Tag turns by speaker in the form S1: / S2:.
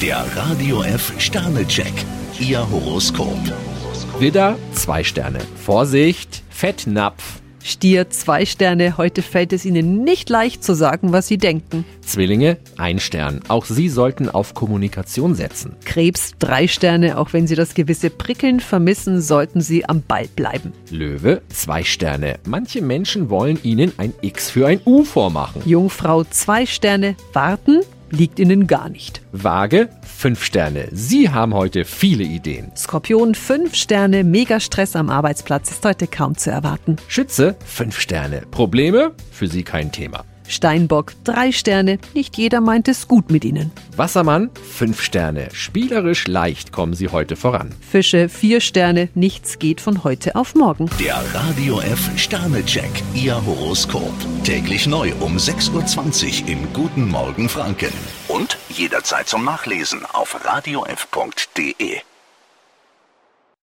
S1: Der Radio F Sternecheck, Ihr Horoskop.
S2: Widder, zwei Sterne. Vorsicht, Fettnapf.
S3: Stier, zwei Sterne. Heute fällt es Ihnen nicht leicht zu sagen, was Sie denken.
S2: Zwillinge, ein Stern. Auch sie sollten auf Kommunikation setzen.
S3: Krebs, drei Sterne. Auch wenn Sie das gewisse Prickeln vermissen, sollten Sie am Ball bleiben.
S2: Löwe, zwei Sterne. Manche Menschen wollen ihnen ein X für ein U vormachen.
S3: Jungfrau, zwei Sterne. Warten liegt Ihnen gar nicht.
S2: Waage, fünf Sterne. Sie haben heute viele Ideen.
S3: Skorpion, fünf Sterne. Mega Stress am Arbeitsplatz ist heute kaum zu erwarten.
S2: Schütze, fünf Sterne. Probleme? Für sie kein Thema.
S3: Steinbock, drei Sterne. Nicht jeder meint es gut mit Ihnen.
S2: Wassermann, fünf Sterne. Spielerisch leicht kommen sie heute voran.
S3: Fische, vier Sterne. Nichts geht von heute auf morgen.
S1: Der Radio F Sternecheck, Ihr Horoskop. Täglich neu um 6.20 Uhr im Guten Morgen Franken. Und jederzeit zum Nachlesen auf radiof.de.